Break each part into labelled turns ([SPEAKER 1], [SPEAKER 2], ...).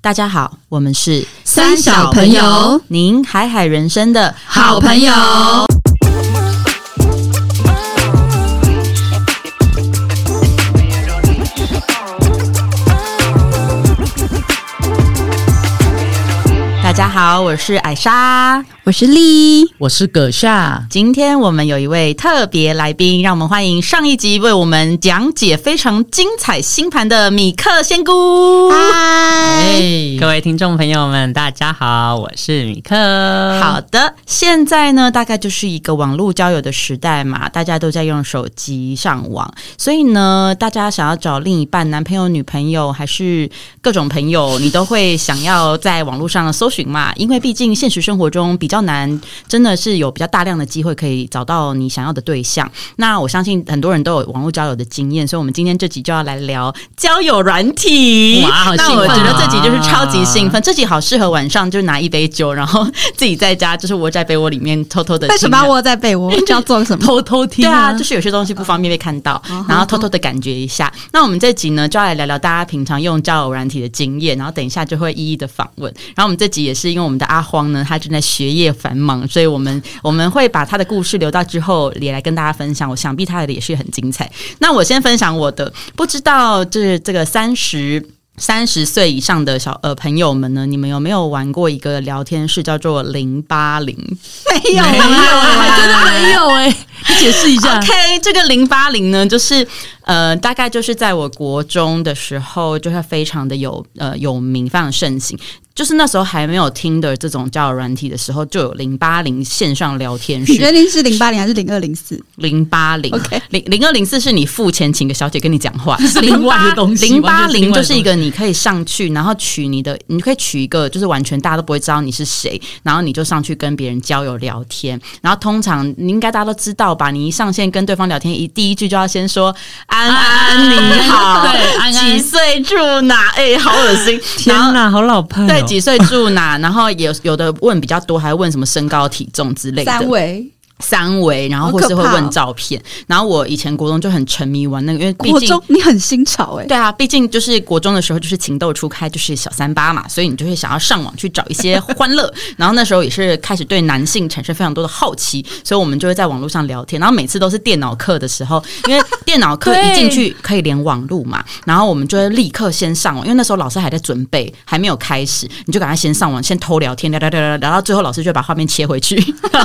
[SPEAKER 1] 大家好，我们是
[SPEAKER 2] 三小朋友，
[SPEAKER 1] 您海海人生的
[SPEAKER 2] 好朋友。
[SPEAKER 1] 大家好，我是艾莎。
[SPEAKER 2] 我是丽，
[SPEAKER 3] 我是葛夏，
[SPEAKER 1] 今天我们有一位特别来宾，让我们欢迎上一集为我们讲解非常精彩星盘的米克仙姑。
[SPEAKER 2] 嗨，
[SPEAKER 3] 哎
[SPEAKER 4] 各位听众朋友们，大家好，我是米克。
[SPEAKER 1] 好的，现在呢，大概就是一个网络交友的时代嘛，大家都在用手机上网，所以呢，大家想要找另一半，男朋友、女朋友还是各种朋友，你都会想要在网络上搜寻嘛，因为毕竟现实生活中比较难，真的是有比较大量的机会可以找到你想要的对象。那我相信很多人都有网络交友的经验，所以我们今天这集就要来聊交友软体。
[SPEAKER 3] 哇好
[SPEAKER 1] 那
[SPEAKER 3] 兴
[SPEAKER 1] 我
[SPEAKER 3] 奋
[SPEAKER 1] 觉得这集就是
[SPEAKER 3] 啊
[SPEAKER 1] 超级兴奋，这集好适合晚上，就是拿一杯酒，然后自己在家，就是窝在被窝里面偷偷的。
[SPEAKER 2] 为什么要？窝在被窝？要做什么？
[SPEAKER 3] 偷偷听嗯
[SPEAKER 1] 对啊，就是有些东西不方便被看到，然后偷偷的感觉一下。那我们这集呢，就要来聊聊大家平常用交友软体的经验，然后等一下就会一一的访问。然后我们这集也是因为我们的阿荒呢，他正在学业繁忙，所以我们我们会把他的故事留到之后也来跟大家分享。我想必他的也是很精彩。那我先分享我的，不知道就是这个三十。三十岁以上的小呃朋友们呢，你们有没有玩过一个聊天室叫做零八零？
[SPEAKER 2] 没有啊，真的没有哎、
[SPEAKER 3] 你解释一 下
[SPEAKER 1] OK，这个零八零呢，就是呃，大概就是在我国中的时候，就是非常的有呃有名，非常盛行。就是那时候还没有听的这种交友软体的时候，就有零八零线上聊天
[SPEAKER 2] 你决
[SPEAKER 1] 室，
[SPEAKER 2] 定是零八零还是零二零四？
[SPEAKER 1] 零八零
[SPEAKER 2] OK
[SPEAKER 1] 零零二零四是你付钱请个小姐跟你讲话，
[SPEAKER 3] 是另外的东西
[SPEAKER 1] 零八
[SPEAKER 3] 完全是另
[SPEAKER 1] 零
[SPEAKER 3] 外
[SPEAKER 1] 就
[SPEAKER 3] 的东西
[SPEAKER 1] 是一个你可以上去，然后取你的，你可以取一个就是完全大家都不会知道你是谁，然后你就上去跟别人交友聊天。然后通常你应该大家都知道吧？你一上线跟对方聊天，一第一句就要先说“安安你好”，
[SPEAKER 3] 对安安
[SPEAKER 1] 几岁住哪？哎、好恶 心！
[SPEAKER 4] 天
[SPEAKER 1] 然后
[SPEAKER 4] 哪，好老派、哦！
[SPEAKER 1] 对，几岁住哪？然后有有的问比较多，还问什么身高、体重之类的。
[SPEAKER 2] 三维，
[SPEAKER 1] 三维，然后或是会
[SPEAKER 2] 哦
[SPEAKER 1] 问照片。然后我以前国中就很沉迷玩那个，因为毕
[SPEAKER 2] 国
[SPEAKER 1] 竟
[SPEAKER 2] 中你很新潮哎、
[SPEAKER 1] 对啊，毕竟就是国中的时候，就是情窦初开，就是小三八嘛，所以你就会想要上网去找一些欢乐。然后那时候也是开始对男性产生非常多的好奇，所以我们就会在网络上聊天。然后每次都是电脑课的时候，因为电脑课一进去可以连网路嘛，然后我们就会立刻先上网，因为那时候老师还在准备，还没有开始，你就赶快先上网，先偷聊天，聊聊聊聊，聊到最后老师就会把画面切回去，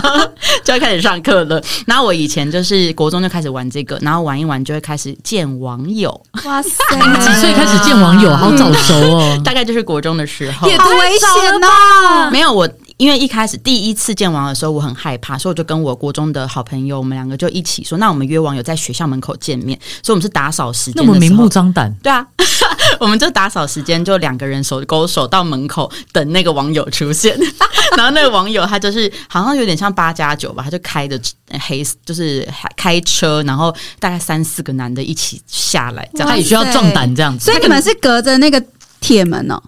[SPEAKER 1] 就要开始上课了。然后我以前就是国中就开始玩这个，然后玩一玩就会开始见网友。
[SPEAKER 2] 哇塞，
[SPEAKER 3] 哎几岁开始见网友，
[SPEAKER 4] 嗯
[SPEAKER 3] 好早熟哦。
[SPEAKER 1] 大概就是国中的时候，
[SPEAKER 2] 也太危险哦了、
[SPEAKER 1] 没有我。因为一开始第一次见网友的时候，我很害怕，所以我就跟我国中的好朋友，我们两个就一起说，那我们约网友在学校门口见面。所以我们是打扫时
[SPEAKER 3] 那
[SPEAKER 1] 间的时候，
[SPEAKER 3] 么明目张胆，
[SPEAKER 1] 对啊， 我们就打扫时间，就两个人手勾手到门口等那个网友出现。 然后那个网友他就是好像有点像八加九吧，他就开着呃黑就是开车，然后大概三四个男的一起下来，这样
[SPEAKER 2] 哇
[SPEAKER 3] 他也需要壮胆这样子
[SPEAKER 2] 所。以你们是隔着那个铁门哦、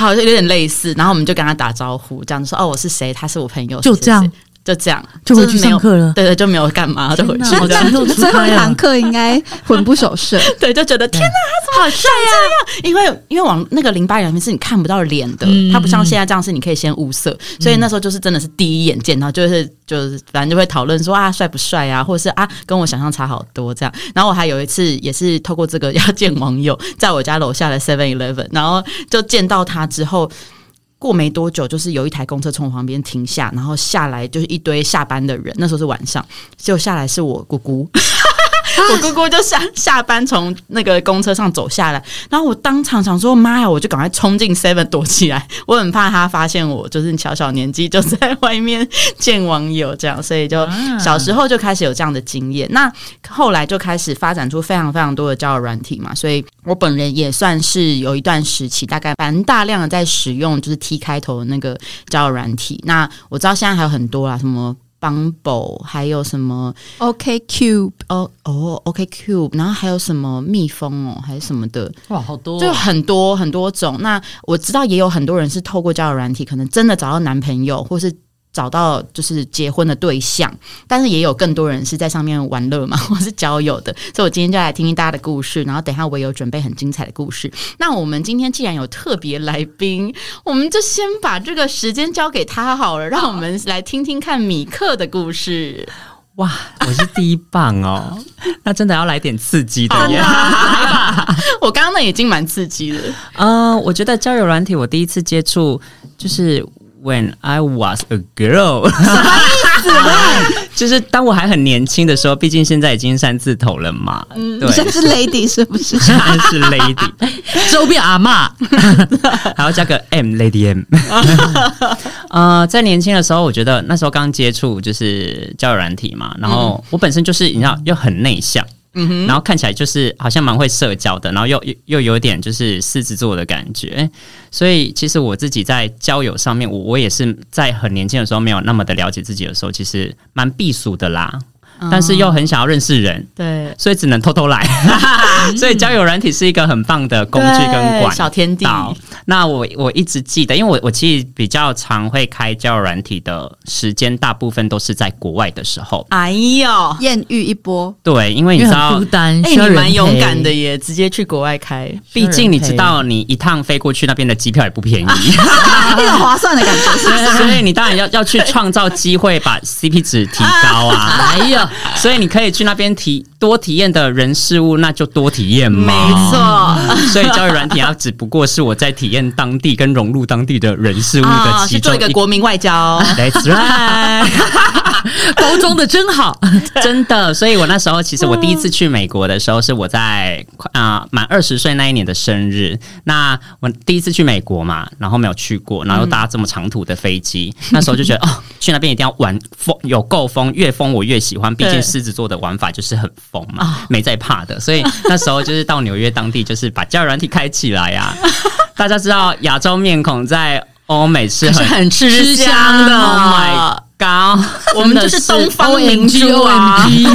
[SPEAKER 1] 好像有点类似，然后我们就跟他打招呼，这样说哦，我是谁，他是我朋友，
[SPEAKER 3] 就是
[SPEAKER 1] 谁
[SPEAKER 3] 这样，
[SPEAKER 1] 就这样，
[SPEAKER 3] 就回去
[SPEAKER 1] 是没有
[SPEAKER 3] 上课了
[SPEAKER 1] 对对，就没有干嘛，就回去
[SPEAKER 3] 天
[SPEAKER 2] 那
[SPEAKER 3] 哪
[SPEAKER 1] 这样，
[SPEAKER 3] 情窦
[SPEAKER 2] 那
[SPEAKER 3] 初
[SPEAKER 2] 最后一
[SPEAKER 3] 开啊
[SPEAKER 2] 堂课应该魂不守舍，
[SPEAKER 1] 对，就觉得天哪，他怎么好帅啊呀、因为因为网那个零八零是你看不到脸的，
[SPEAKER 3] 嗯
[SPEAKER 1] 它不像现在这样是你可以先物色，所以那时候就是真的是第一眼见到，就是就是反正就会讨论说啊帅不帅啊，或者是啊跟我想象差好多这样。然后我还有一次也是透过这个要见网友， 在我家楼下的 Seven Eleven，然后就见到他之后。过没多久，就是有一台公车从我旁边停下，然后下来就是一堆下班的人。那时候是晚上，就下来是我姑姑，我姑姑就下下班从那个公车上走下来，然后我当场想说：“妈呀！”我就赶快冲进 Seven 躲起来，我很怕他发现我，就是小小年纪就在外面见网友这样，所以就小时候就开始有这样的经验。那后来就开始发展出非常非常多的交友软体嘛，所以我本人也算是有一段时期，大概蛮大量的在使用，就是 T 开头的那个交友软体。那我知道现在还有很多啦，什么 Bumble，还有什么
[SPEAKER 2] OK Cube，
[SPEAKER 1] 哦哦，OK Cube，然后还有什么蜜蜂哦，还是什么的，
[SPEAKER 3] 哇，好
[SPEAKER 4] 哦
[SPEAKER 3] 多
[SPEAKER 1] 就很多很多种。那我知道也有很多人是透过交友软体，可能真的找到男朋友，或是找到就是结婚的对象，但是也有更多人是在上面玩乐嘛， 或是交友的。所以我今天就来听听大家的故事，然后等一下我也有准备很精彩的故事。那我们今天既然有特别来宾，我们就先把这个时间交给他好了，让我们来听听看米克的故事。
[SPEAKER 4] 哇，我是第一棒 哦，那真的要来点刺激的耶！
[SPEAKER 3] 啊
[SPEAKER 1] 我刚刚那已经蛮刺激的，
[SPEAKER 4] 嗯、我觉得交友软体我第一次接触就是 When I was a girl，什么意
[SPEAKER 3] 啊
[SPEAKER 4] 思？ 就是当我还很年轻的时候，毕竟现在已经三字头了嘛，
[SPEAKER 3] 嗯
[SPEAKER 4] 对
[SPEAKER 2] 你，现在是 lady 是不是？
[SPEAKER 4] 真的是 lady，
[SPEAKER 3] 周边阿嬷，
[SPEAKER 4] 还要加个 M Lady M。呃，在年轻的时候，我觉得那时候刚接触就是交友软体嘛，然后我本身就是你知道又很内向。
[SPEAKER 1] 嗯
[SPEAKER 4] 然后看起来就是好像蛮会社交的，然后又又又有点就是狮子座的感觉，所以其实我自己在交友上面，我我也是在很年轻的时候没有那么的了解自己的时候，其实蛮避暑的啦，但是又很想要认识人，
[SPEAKER 1] 嗯对
[SPEAKER 4] 所以只能偷偷来。
[SPEAKER 3] 嗯
[SPEAKER 4] 所以交友软体是一个很棒的工具跟管
[SPEAKER 1] 小天地，
[SPEAKER 4] 到。那我我一直记得，因为我我其实比较常会开交友软体的时间，大部分都是在国外的时候。
[SPEAKER 1] 哎呦，
[SPEAKER 2] 艳遇一 波，
[SPEAKER 4] 对，因为
[SPEAKER 3] 因
[SPEAKER 4] 你
[SPEAKER 3] 为
[SPEAKER 4] 知
[SPEAKER 3] 很
[SPEAKER 4] 道
[SPEAKER 3] 孤，单，
[SPEAKER 1] 哎、
[SPEAKER 3] 需要
[SPEAKER 1] 你
[SPEAKER 3] 人
[SPEAKER 1] 蛮勇敢的
[SPEAKER 3] 陪。
[SPEAKER 1] 耶，直接去国外开。
[SPEAKER 4] 毕竟你知
[SPEAKER 3] 陪
[SPEAKER 4] 道，你一趟飞过去那边的机票也不 便宜，
[SPEAKER 2] 那种划算的感觉。
[SPEAKER 4] 所以你当然要要去创造机会，把 CP 值提高啊。
[SPEAKER 3] 哎呀，
[SPEAKER 4] 所以你可以去那边体多体验的人事物，那就多体验嘛。
[SPEAKER 1] 没错，
[SPEAKER 4] 所以交友软体它只不过是我在体验当地跟融入当地的人事物的
[SPEAKER 1] 啊，
[SPEAKER 4] 其
[SPEAKER 1] 是
[SPEAKER 4] 中
[SPEAKER 1] 做一个国民外交。 哎
[SPEAKER 4] That's right，
[SPEAKER 3] 包装的真 好，
[SPEAKER 4] 真的。所以我那时候其实我第一次去美国的时候，是我在啊满二十岁那一年的生日。那我第一次去美国嘛，然后没有去过，然后又搭这么长途的飞 机，那时候就觉得哦，去那边一定要玩疯，有够疯，越疯我越喜欢。毕
[SPEAKER 1] 对
[SPEAKER 4] 竟狮子座的玩法就是很疯
[SPEAKER 1] 哦
[SPEAKER 4] 嘛，没在怕的。所以那时候就是到纽约当地，就是把交友软体开起 来呀、大家知道亚洲面孔在欧美是
[SPEAKER 1] 是
[SPEAKER 4] 很
[SPEAKER 1] 很吃香的
[SPEAKER 4] Oh my god！
[SPEAKER 1] 我们就是东方明
[SPEAKER 3] G
[SPEAKER 1] 珠
[SPEAKER 3] O
[SPEAKER 1] 啊
[SPEAKER 3] M，G，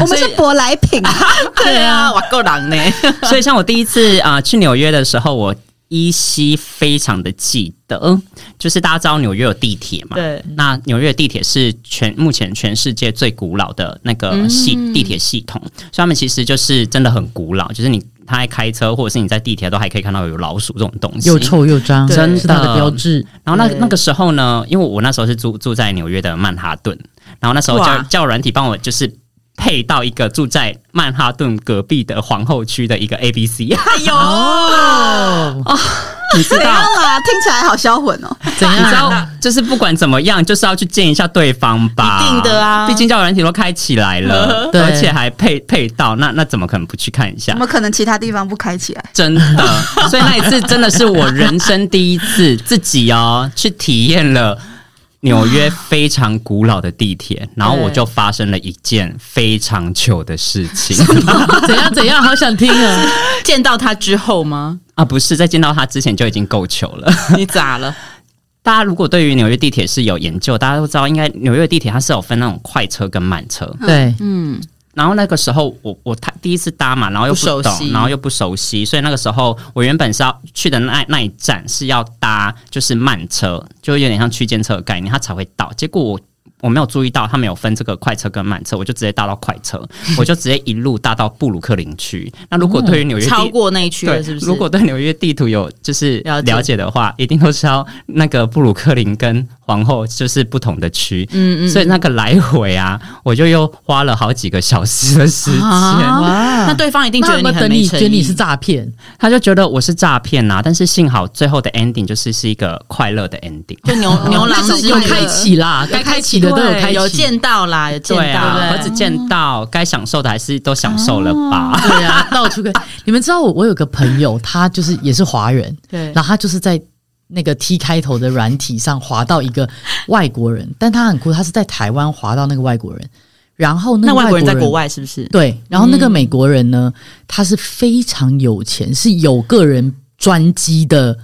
[SPEAKER 2] 我们是舶来品啊，
[SPEAKER 1] 对 啊，我够狼呢。
[SPEAKER 4] 所以像我第一次啊、呃去纽约的时候，我依稀非常的记得，就是大家知道纽约有地铁 嘛，
[SPEAKER 1] 对，
[SPEAKER 4] 那纽约地铁是全目前全世界最古老的那
[SPEAKER 1] 嗯
[SPEAKER 4] 个系、地铁系统，所以他们其实就是真的很古老，就是你他在开车或者是你在地铁都还可以看到有老鼠这种东西，
[SPEAKER 3] 又臭又脏，
[SPEAKER 4] 对真的
[SPEAKER 3] 是它的标志。
[SPEAKER 4] 然后那
[SPEAKER 1] 对
[SPEAKER 4] 那个时候呢，因为我那时候是住住在纽约的曼哈顿，然后那时候
[SPEAKER 1] 哇
[SPEAKER 4] 叫叫软体帮我就是配到一个住在曼哈顿隔壁的皇后区的一个 A B C，你
[SPEAKER 1] 哎
[SPEAKER 4] Oh
[SPEAKER 1] 呦，
[SPEAKER 3] 哦，
[SPEAKER 4] 知
[SPEAKER 2] 怎样
[SPEAKER 4] 道。
[SPEAKER 2] 啦？啊听起来好销魂哦。
[SPEAKER 3] 怎
[SPEAKER 4] 啊你知道
[SPEAKER 3] 样？，
[SPEAKER 4] 就是不管怎么样，就是要去见一下对方吧。
[SPEAKER 1] 一定的啊
[SPEAKER 4] 毕竟叫软体都开起来了，
[SPEAKER 3] 对
[SPEAKER 4] 而且还配配到，那那怎么可能不去看一下
[SPEAKER 2] 怎？么可能其他地方不开起来？
[SPEAKER 4] 真的，所以那一次真的是我人生第一次自己哦去体验了纽约非常古老的地铁，然后我就发生了一件非常糗的事情
[SPEAKER 3] 怎样怎样？好想听啊！
[SPEAKER 1] 见到他之后吗？
[SPEAKER 4] 啊！不是在见到他之前就已经够糗了。
[SPEAKER 1] 你咋了？
[SPEAKER 4] 大家如果对于纽约地铁是有研究，大家都知道，应该纽约地铁它是有分那种快车跟慢车，
[SPEAKER 3] 对，
[SPEAKER 1] 嗯，
[SPEAKER 4] 然后那个时候我我他第一次搭嘛，然后又不
[SPEAKER 1] 不
[SPEAKER 4] 懂，
[SPEAKER 1] 熟悉
[SPEAKER 4] 然后又不熟悉，所以那个时候我原本是要去的那那一站是要搭就是慢车，就有点像区间车的概念，它才会到。结果我我没有注意到，他们有分这个快车跟慢车，我就直接搭到快车，我就直接一路搭到布鲁克林区。那
[SPEAKER 1] 嗯
[SPEAKER 4] 如果对于纽约地、
[SPEAKER 1] 超过那一区
[SPEAKER 4] 对
[SPEAKER 1] 了，是不是？
[SPEAKER 4] 如果对纽约地图有就是
[SPEAKER 1] 了解
[SPEAKER 4] 了解的话，一定都知道那个布鲁克林跟皇后就是不同的区，
[SPEAKER 1] 嗯嗯，
[SPEAKER 4] 所以那个来回啊， 我就又花了好几个小时的 时间。
[SPEAKER 1] 啊那
[SPEAKER 3] 哇，
[SPEAKER 1] 对方一定觉
[SPEAKER 3] 那
[SPEAKER 1] 得
[SPEAKER 3] 有
[SPEAKER 1] 你
[SPEAKER 3] 没有哦
[SPEAKER 1] 很
[SPEAKER 3] 等
[SPEAKER 1] 没
[SPEAKER 3] 你
[SPEAKER 1] 诚
[SPEAKER 3] 觉
[SPEAKER 1] 意，
[SPEAKER 3] 得你是诈骗？
[SPEAKER 4] 他就觉得我是诈骗呐，但是幸好最后的 ending 就是是一个快乐的 ending。
[SPEAKER 1] 就牛 牛郎
[SPEAKER 3] 那
[SPEAKER 1] 织
[SPEAKER 3] 是
[SPEAKER 1] 女
[SPEAKER 3] 有开启啦，该开启的都有
[SPEAKER 1] 对
[SPEAKER 3] 开启，
[SPEAKER 1] 有见到啦，有见
[SPEAKER 4] 对
[SPEAKER 1] 到，
[SPEAKER 4] 啊，我
[SPEAKER 1] 对
[SPEAKER 4] 只
[SPEAKER 1] 不对？
[SPEAKER 4] 见到该享受的还是都享受了
[SPEAKER 1] 哦
[SPEAKER 4] 吧。
[SPEAKER 3] 对啊，到处跟你们知道我，我有个朋友，他就是也是华人，
[SPEAKER 1] 对
[SPEAKER 3] 然后他就是在那个 T 开头的软体上滑到一个外国人，但他很酷，他是在台湾滑到那个外国人，然后那
[SPEAKER 1] 那
[SPEAKER 3] 个
[SPEAKER 1] 外
[SPEAKER 3] 外
[SPEAKER 1] 国
[SPEAKER 3] 国
[SPEAKER 1] 人在国。外是不是？
[SPEAKER 3] 对，然后
[SPEAKER 1] 嗯
[SPEAKER 3] 那个美国人呢，他是非常有钱，是有个人专机的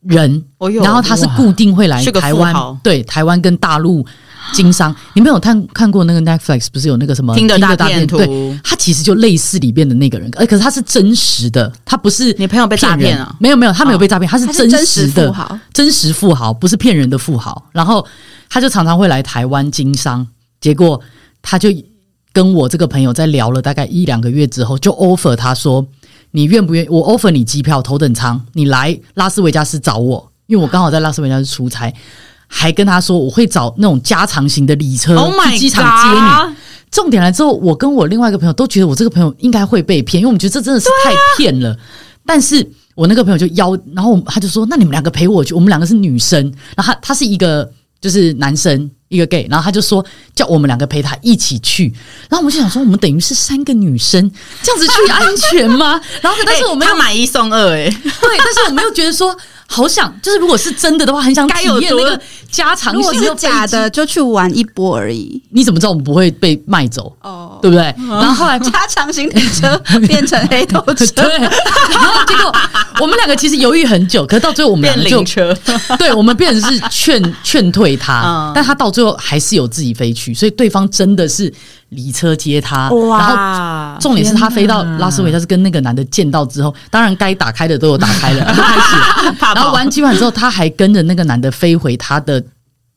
[SPEAKER 3] 人，
[SPEAKER 1] 哦哟
[SPEAKER 3] 然后他是固定会来
[SPEAKER 1] 是个富
[SPEAKER 3] 台湾
[SPEAKER 1] 豪，
[SPEAKER 3] 对台湾跟大陆经商。你们有看看过那个 Netflix 不是有那个什么
[SPEAKER 1] 听的
[SPEAKER 3] 大
[SPEAKER 1] 大片图
[SPEAKER 3] 对，它其实就类似里面的那个人，呃，可是他是真实的，他不是
[SPEAKER 1] 你朋友被诈骗
[SPEAKER 3] 人
[SPEAKER 1] 啊
[SPEAKER 3] 没有没有，他没有被诈骗，他是
[SPEAKER 2] 他是真
[SPEAKER 3] 实
[SPEAKER 2] 实
[SPEAKER 3] 的
[SPEAKER 2] 富豪
[SPEAKER 3] 真实富豪，不是骗人的富豪。然后他就常常会来台湾经商，结果他就跟我这个朋友在聊了大概一两个月之后，就 offer 他说：“你愿不愿意？我 offer 你机票头等舱，你来拉斯维加斯找我，因为我刚好在拉斯维加斯出差。”还跟他说我会找那种加长型的礼车
[SPEAKER 1] Oh my
[SPEAKER 3] 去机场接你。
[SPEAKER 1] god！
[SPEAKER 3] 重点来之后，我跟我另外一个朋友都觉得我这个朋友应该会被骗，因为我们觉得这真的是太骗了。但是我那个朋友就邀，然后他就说：“那你们两个陪我去。”我们两个是女生，然后他他是一个就是男生，一个 gay，然后他就说叫我们两个陪他一起去。然后我们就想说，我们等于是三个女生这样子去安全吗？然后但是我们
[SPEAKER 1] 哎
[SPEAKER 3] 又、
[SPEAKER 1] 他买一送二、欸，哎，
[SPEAKER 3] 对，但是我们又觉得说。好想，就是如果是真的的话，很想
[SPEAKER 1] 该
[SPEAKER 3] 体
[SPEAKER 1] 有
[SPEAKER 3] 验那
[SPEAKER 1] 多
[SPEAKER 3] 个加长
[SPEAKER 2] 如果
[SPEAKER 3] 型
[SPEAKER 2] 是
[SPEAKER 3] 的
[SPEAKER 2] 假
[SPEAKER 3] 飞
[SPEAKER 2] 的，
[SPEAKER 3] 机，
[SPEAKER 2] 就去玩一波而已。
[SPEAKER 3] 你怎么知道我们不会被卖走？
[SPEAKER 2] 哦，
[SPEAKER 3] 对不对？然后后来
[SPEAKER 2] 加强型停 车变成黑 头车，
[SPEAKER 3] 对，然后结果我们两个其实犹豫很久，可是到最后我们两
[SPEAKER 1] 变
[SPEAKER 3] 个
[SPEAKER 1] 灵
[SPEAKER 3] 就
[SPEAKER 1] 车，
[SPEAKER 3] 对我们变成是劝劝退他
[SPEAKER 1] 嗯，
[SPEAKER 3] 但他到最后还是有自己飞去，所以对方真的是离车接他，然后。
[SPEAKER 1] 哇！
[SPEAKER 3] 重点是他飞到拉斯维加斯跟那个男的见到之后，当然该打开的都有打开了， 就开始了。
[SPEAKER 1] 怕
[SPEAKER 3] 然后
[SPEAKER 1] 爆
[SPEAKER 3] 玩几晚之后，他还跟着那个男的飞回他的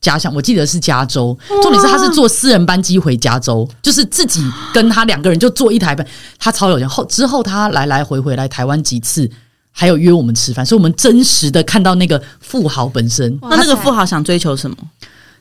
[SPEAKER 3] 家乡，我记得是加州。重点是他是坐私人班机回加州，就是自己跟他两个人就坐一台班，他超有钱。后之后他来来回回来台湾几次，还有约我们吃饭，所以我们真实的看到那个富豪本身，
[SPEAKER 1] 那那个富
[SPEAKER 2] 豪
[SPEAKER 1] 豪想追求什么？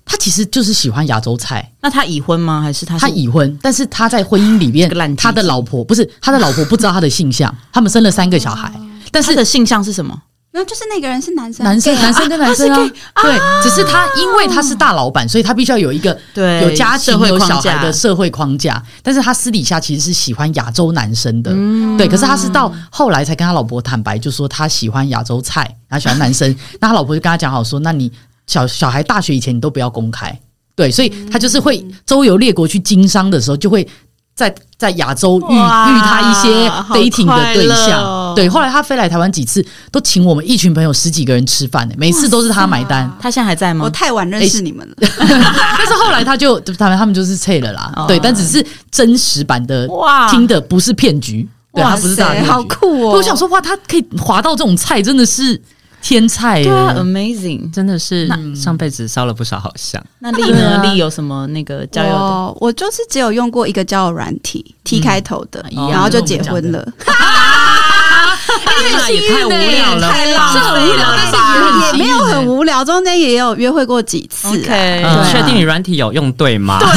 [SPEAKER 3] 他其实就是喜欢亚洲菜。
[SPEAKER 1] 那他已婚吗？还是他是
[SPEAKER 3] 他已婚，但是他在婚姻里面
[SPEAKER 1] 个烂，鸡
[SPEAKER 3] 他的老婆不是他的老婆不知道他的性向，他们生了三个小孩，但
[SPEAKER 1] 他
[SPEAKER 3] 是
[SPEAKER 1] 的性向是什么？
[SPEAKER 2] 没有，就是那个人是男生，
[SPEAKER 3] 男生
[SPEAKER 2] gay 啊
[SPEAKER 3] 男生跟男生啊，对，只是他因为他是大老板，所以他必须要有一个
[SPEAKER 1] 对
[SPEAKER 3] 有家庭
[SPEAKER 1] 社会
[SPEAKER 3] 有
[SPEAKER 1] 框
[SPEAKER 3] 小孩
[SPEAKER 1] 架
[SPEAKER 3] 的社会框架，但是他私底下其实是喜欢亚洲男生的，
[SPEAKER 1] 嗯
[SPEAKER 3] 对。可是他是到后来才跟他老婆坦白，就说他喜欢亚洲菜，他喜欢 男生。那他老婆就跟他讲好说，那你小小孩大学以前你都不要公开，对，所以他就是会周游列国去经商的时候，就会在在亚洲遇遇
[SPEAKER 1] 哇
[SPEAKER 3] 他一些
[SPEAKER 1] 好
[SPEAKER 3] dating 的对
[SPEAKER 1] 快
[SPEAKER 3] 象。
[SPEAKER 1] 乐哦
[SPEAKER 3] 对，后来他飞来台湾几次，都请我们一群朋友十几个人吃饭、欸，每次都是他买单。
[SPEAKER 1] 他现在还在
[SPEAKER 2] 我
[SPEAKER 1] 吗？
[SPEAKER 2] 太晚认识你们了，
[SPEAKER 3] 但是后来他就就他们他们就是撤了啦，
[SPEAKER 1] 哦
[SPEAKER 3] 对，但只是真实版的
[SPEAKER 1] 哇
[SPEAKER 3] 听的不是骗局，对，他
[SPEAKER 2] 哇
[SPEAKER 3] 不是大
[SPEAKER 2] 塞
[SPEAKER 3] 骗局。
[SPEAKER 2] 好酷哦！
[SPEAKER 3] 我想说哇，他可以滑到这种菜，真的是天菜、欸。
[SPEAKER 1] 对啊，amazing。
[SPEAKER 4] 真的是上辈子烧了不少好香。
[SPEAKER 1] 那丽
[SPEAKER 3] 对啊
[SPEAKER 1] 呢？丽有什么那个交友的？
[SPEAKER 2] 我我就是只有用过一个交友软
[SPEAKER 3] 嗯
[SPEAKER 2] 体 T 开头的，
[SPEAKER 1] 一
[SPEAKER 3] 哦
[SPEAKER 1] 样
[SPEAKER 2] 然后就结婚了，
[SPEAKER 1] 那
[SPEAKER 4] 哎
[SPEAKER 1] 也太无聊了吧，
[SPEAKER 2] 太浪
[SPEAKER 3] 是很无聊但是也很
[SPEAKER 2] 也没有很无聊，中间也有约会过几次啊。
[SPEAKER 1] OK，
[SPEAKER 3] 嗯啊
[SPEAKER 4] 你确哎定你软体有用对吗？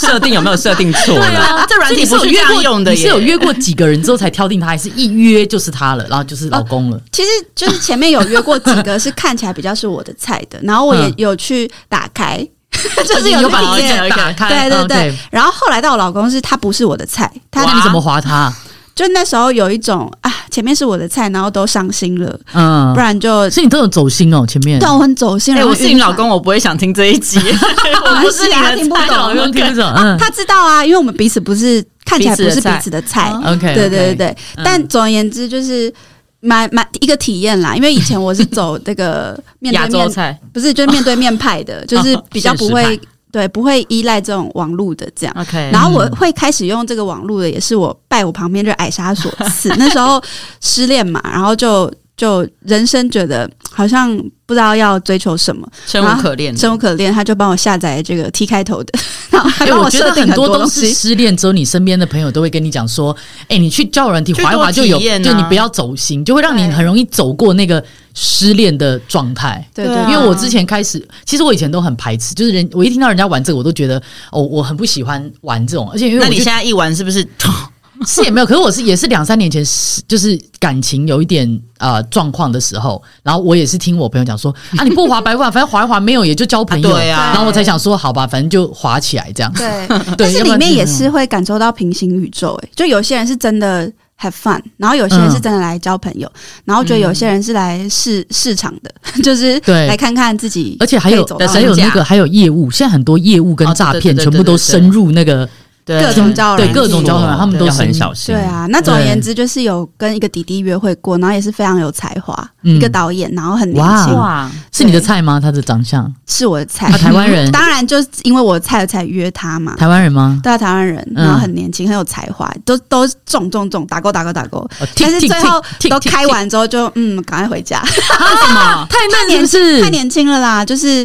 [SPEAKER 4] 设定有没有设定错
[SPEAKER 3] 对
[SPEAKER 4] 呢？
[SPEAKER 3] 啊，
[SPEAKER 1] 这软体
[SPEAKER 3] 所以你
[SPEAKER 1] 不是这
[SPEAKER 3] 有约
[SPEAKER 1] 样
[SPEAKER 3] 过
[SPEAKER 1] 用的
[SPEAKER 3] 你是有
[SPEAKER 1] 耶
[SPEAKER 3] 约过几个人之后才挑定他，还是一约就是他了，然后就是老 公了？
[SPEAKER 2] 其实就是前面有约过几个是看起来比较是我的菜的，然后我也
[SPEAKER 3] 嗯
[SPEAKER 2] 有去打开， 就是
[SPEAKER 1] 哦有
[SPEAKER 2] 有去
[SPEAKER 1] 把
[SPEAKER 2] 体验。
[SPEAKER 1] OK，OK
[SPEAKER 3] 打开，
[SPEAKER 2] 对
[SPEAKER 1] 哦
[SPEAKER 2] 对
[SPEAKER 3] OK
[SPEAKER 2] 对。然后后来到我老公是他不是我的菜，他
[SPEAKER 3] 那你怎么划他？
[SPEAKER 2] 就那时候有一种啊，前面是我的菜，然后都伤心了，
[SPEAKER 3] 嗯
[SPEAKER 2] 不，然就
[SPEAKER 3] 所以你都有走心哦，前面。
[SPEAKER 2] 断婚走心
[SPEAKER 1] 哎，
[SPEAKER 2] 了。
[SPEAKER 1] 我
[SPEAKER 2] 我
[SPEAKER 1] 是你老公，我不会想听这一集， 我不是你
[SPEAKER 2] 他听
[SPEAKER 1] 的
[SPEAKER 2] 不
[SPEAKER 1] 菜，
[SPEAKER 2] 懂
[SPEAKER 1] 老公
[SPEAKER 3] 听
[SPEAKER 1] 跟
[SPEAKER 3] 不懂，嗯
[SPEAKER 2] 他知道啊，因为我们彼此不是看起来不
[SPEAKER 1] 彼
[SPEAKER 2] 是
[SPEAKER 1] 此的
[SPEAKER 2] 彼
[SPEAKER 1] 菜
[SPEAKER 2] 此的菜，
[SPEAKER 1] 哦
[SPEAKER 3] ，OK，
[SPEAKER 2] 对对对对。
[SPEAKER 1] 嗯
[SPEAKER 2] 但总而言之，就是蛮蛮一个体验啦。因为以前我是走这个 面
[SPEAKER 1] 亚
[SPEAKER 2] 对
[SPEAKER 1] 洲
[SPEAKER 2] 面，
[SPEAKER 1] 菜。
[SPEAKER 2] 不是就是面对面派
[SPEAKER 3] 哦
[SPEAKER 2] 的，就是比较不
[SPEAKER 4] 现实
[SPEAKER 2] 会对不会依赖这种网络的这样。
[SPEAKER 1] OK，
[SPEAKER 3] 嗯
[SPEAKER 2] 然后我会开始用这个网络的，也是我拜我旁边这个矮莎所 赐。那时候失恋嘛，然后就就人生觉得好像不知道要追求什么，
[SPEAKER 1] 生无可恋，
[SPEAKER 2] 生无可恋，他就帮我下载这个 T 开头的，然后还
[SPEAKER 3] 哎、
[SPEAKER 2] 帮
[SPEAKER 3] 我觉
[SPEAKER 2] 设
[SPEAKER 3] 得
[SPEAKER 2] 定
[SPEAKER 3] 多
[SPEAKER 2] 多
[SPEAKER 3] 都
[SPEAKER 2] 东
[SPEAKER 3] 是
[SPEAKER 2] 西。
[SPEAKER 3] 失恋之后，你身边的朋友都会跟你讲说：“哎、你去交友软体
[SPEAKER 1] 去
[SPEAKER 3] 划一划就有，
[SPEAKER 1] 多体验啊
[SPEAKER 3] 就你不要走心，就会让你
[SPEAKER 2] 对
[SPEAKER 3] 很容易走过那个失恋的状态。”
[SPEAKER 2] 对
[SPEAKER 1] 对啊
[SPEAKER 3] 因为我之前开始，其实我以前都很排斥，就是人我一听到人家玩这个，我都觉得哦，我很不喜欢玩这种，而且因为
[SPEAKER 1] 那
[SPEAKER 3] 我
[SPEAKER 1] 你
[SPEAKER 3] 就
[SPEAKER 1] 现在一玩是不 是？
[SPEAKER 3] 是也没有，可是我是也是两三年前，是就是感情有一点呃状况的时候，然后我也是听我朋友讲说啊，你不滑白滑，反正滑一滑没有也就交朋友，
[SPEAKER 1] 啊对啊
[SPEAKER 3] 然后我才想说好吧，反正就滑起来这样，
[SPEAKER 2] 对，
[SPEAKER 3] 对，
[SPEAKER 2] 但是
[SPEAKER 3] 要不
[SPEAKER 2] 里
[SPEAKER 3] 然
[SPEAKER 2] 面
[SPEAKER 3] 就
[SPEAKER 2] 也是会感受到平行宇宙、欸，就有些人是真的 have fun，然后有些人
[SPEAKER 3] 嗯
[SPEAKER 2] 是真的来交朋友，然后觉得有些人是来市市场的， 就是
[SPEAKER 3] 对
[SPEAKER 2] 来看看自己，
[SPEAKER 3] 而且还有
[SPEAKER 2] 走到
[SPEAKER 3] 还有
[SPEAKER 2] 哪里
[SPEAKER 3] 那个还有业务，现在很多业务跟
[SPEAKER 1] 哦对
[SPEAKER 3] 诈
[SPEAKER 1] 对
[SPEAKER 3] 骗
[SPEAKER 1] 对对
[SPEAKER 3] 全部都深入那个
[SPEAKER 1] 对
[SPEAKER 2] 各种交友
[SPEAKER 3] 对
[SPEAKER 2] 软
[SPEAKER 3] 各种
[SPEAKER 2] 体
[SPEAKER 3] 交友软体他们都
[SPEAKER 4] 要
[SPEAKER 3] 是
[SPEAKER 4] 很小心。
[SPEAKER 2] 对，啊，那总而
[SPEAKER 3] 对
[SPEAKER 2] 言之，就是有跟一个弟弟约会过，然后也是非常有才华，
[SPEAKER 3] 嗯
[SPEAKER 2] 一个导演，然后很年
[SPEAKER 3] 哇
[SPEAKER 2] 轻，
[SPEAKER 1] 哇，
[SPEAKER 3] 是你的菜吗？他的长相，
[SPEAKER 2] 是我的菜
[SPEAKER 3] 啊。台湾 人
[SPEAKER 2] 当然就是因为我的菜才约他嘛。
[SPEAKER 3] 台湾人吗？
[SPEAKER 2] 对啊，台湾人，
[SPEAKER 3] 嗯
[SPEAKER 2] 然后很年轻，很有才华，都都中中中，打勾打勾打勾，
[SPEAKER 3] 哦
[SPEAKER 2] 但是最后
[SPEAKER 3] 剔剔
[SPEAKER 2] 都
[SPEAKER 3] 剔
[SPEAKER 2] 开
[SPEAKER 3] 剔
[SPEAKER 2] 完之后就嗯，赶快回家，
[SPEAKER 1] 为什 么？
[SPEAKER 3] 太 嫩是不
[SPEAKER 2] 太
[SPEAKER 3] 是？
[SPEAKER 2] 年轻了啦，就是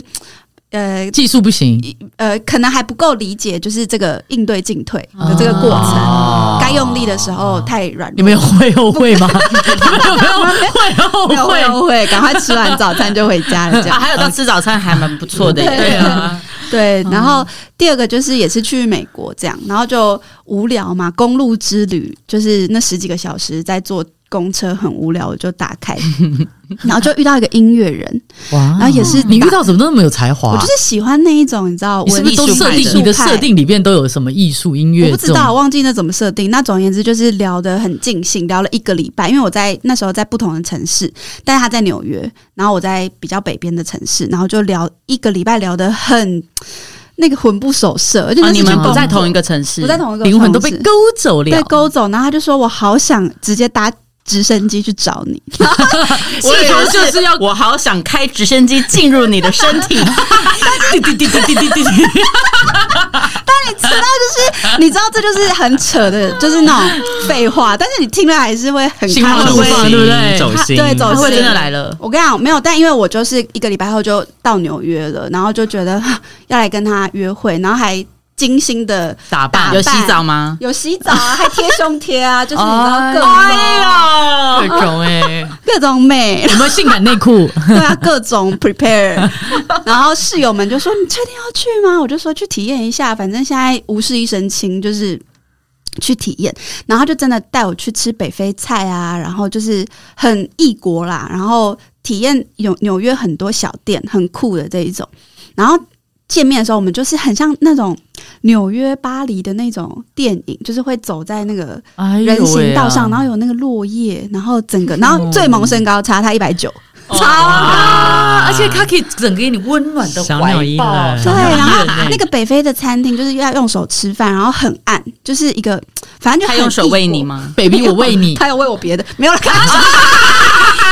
[SPEAKER 2] 呃
[SPEAKER 3] 技术不行，
[SPEAKER 2] 呃，可能还不够理解，就是这个应对进退的这个过程，
[SPEAKER 3] 哦
[SPEAKER 2] 该、用力的时候太软弱，
[SPEAKER 3] 你们有会后 悔吗？你们有没有会嗯后
[SPEAKER 2] 没有
[SPEAKER 3] 悔？
[SPEAKER 2] 误会，赶快吃完早餐就回家了，这
[SPEAKER 1] 啊，
[SPEAKER 2] 样
[SPEAKER 1] 还有到吃早餐还蛮不错的耶，
[SPEAKER 2] 对
[SPEAKER 1] 啊，
[SPEAKER 2] 对。然后第二个就是也是去美国这样，然后就无聊嘛，公路之旅就是那十几个小时在坐公车很无聊，我就打开， 然后就遇到一个音乐人，
[SPEAKER 3] 哇
[SPEAKER 2] 然后也是
[SPEAKER 3] 你遇
[SPEAKER 2] 打
[SPEAKER 3] 到怎么那么有才华啊？
[SPEAKER 2] 我就是喜欢那一种，你知道，
[SPEAKER 3] 你是不是
[SPEAKER 1] 文
[SPEAKER 3] 都
[SPEAKER 1] 艺
[SPEAKER 3] 设
[SPEAKER 1] 派
[SPEAKER 3] 定
[SPEAKER 1] 的
[SPEAKER 3] 你的
[SPEAKER 2] 派
[SPEAKER 3] 设定里面都有什么艺术音乐？
[SPEAKER 2] 我不知
[SPEAKER 3] 这种
[SPEAKER 2] 道，忘记那怎么设定。那总而言之，就是聊得很尽兴，聊了一个礼拜。因为我在那时候在不同的城市，但是他在纽约，然后我在比较北边的城市，然后就聊一个礼拜，聊得很那个魂不守舍，而且那
[SPEAKER 1] 哦
[SPEAKER 2] 是
[SPEAKER 1] 你们
[SPEAKER 2] 去
[SPEAKER 1] 不
[SPEAKER 2] 工
[SPEAKER 1] 在
[SPEAKER 2] 作
[SPEAKER 1] 同一个城市，
[SPEAKER 2] 不在同一个
[SPEAKER 3] 灵魂都被
[SPEAKER 2] 城市
[SPEAKER 3] 勾走了
[SPEAKER 2] 被。勾走，然后他就说我好想直接搭直升机去找 你，
[SPEAKER 1] 我以为就是要，我好想开直升机进入你的身体，
[SPEAKER 3] 滴滴滴滴滴滴滴，
[SPEAKER 2] 知道就是你知道这就是很扯的，就是那种废话，但是你听了还是会很
[SPEAKER 3] 心花
[SPEAKER 2] 开
[SPEAKER 3] 怒
[SPEAKER 2] 心
[SPEAKER 4] 走
[SPEAKER 3] 放
[SPEAKER 4] 心，
[SPEAKER 3] 对不对
[SPEAKER 4] 走心，
[SPEAKER 2] 对走
[SPEAKER 1] 他
[SPEAKER 2] 心
[SPEAKER 1] 会真的来了。
[SPEAKER 2] 我跟你讲，没有，但因为我就是一个礼拜后就到纽约了，然后就觉得 哈要来跟他约会，然后还精心的
[SPEAKER 3] 打
[SPEAKER 2] 扮
[SPEAKER 1] 有洗澡吗？
[SPEAKER 2] 有洗澡啊，还贴胸贴啊，就是你知道各种、
[SPEAKER 1] 哎
[SPEAKER 3] 各
[SPEAKER 1] 呦，
[SPEAKER 3] 种哎，
[SPEAKER 2] 各种美，
[SPEAKER 3] 有没有性感内裤？
[SPEAKER 2] 对啊，各种 prepare。然后室友们就说：“你确定要去吗？”我就说：“去体验一下，反正现在无事一身轻，就是。”去体验，然后他就真的带我去吃北非菜啊，然后就是很异国啦，然后体验纽纽约很多小店，很酷的这一种。然后见面的时候，我们就是很像那种纽约、巴黎的那种电影，就是会走在那个
[SPEAKER 3] 哎呦
[SPEAKER 2] 人
[SPEAKER 3] 喂
[SPEAKER 2] 行
[SPEAKER 3] 啊哦
[SPEAKER 2] 道上，然后有那个落叶，然后整个，然后最萌身高差他一百九，
[SPEAKER 1] 超高！
[SPEAKER 3] 而且它可以整个给你温暖的
[SPEAKER 4] 小
[SPEAKER 3] 怀
[SPEAKER 4] 鸟依
[SPEAKER 3] 抱
[SPEAKER 1] 哎
[SPEAKER 4] 人。
[SPEAKER 2] 对，然后
[SPEAKER 3] 很远欸
[SPEAKER 2] 那个北非的餐厅就是要用手吃饭，然后很暗，就是一个，反正就
[SPEAKER 1] 他
[SPEAKER 2] 很
[SPEAKER 1] 用手
[SPEAKER 2] 异国
[SPEAKER 1] 喂你？ 吗？
[SPEAKER 3] baby，我喂你。
[SPEAKER 2] 他有喂我别的，没有了。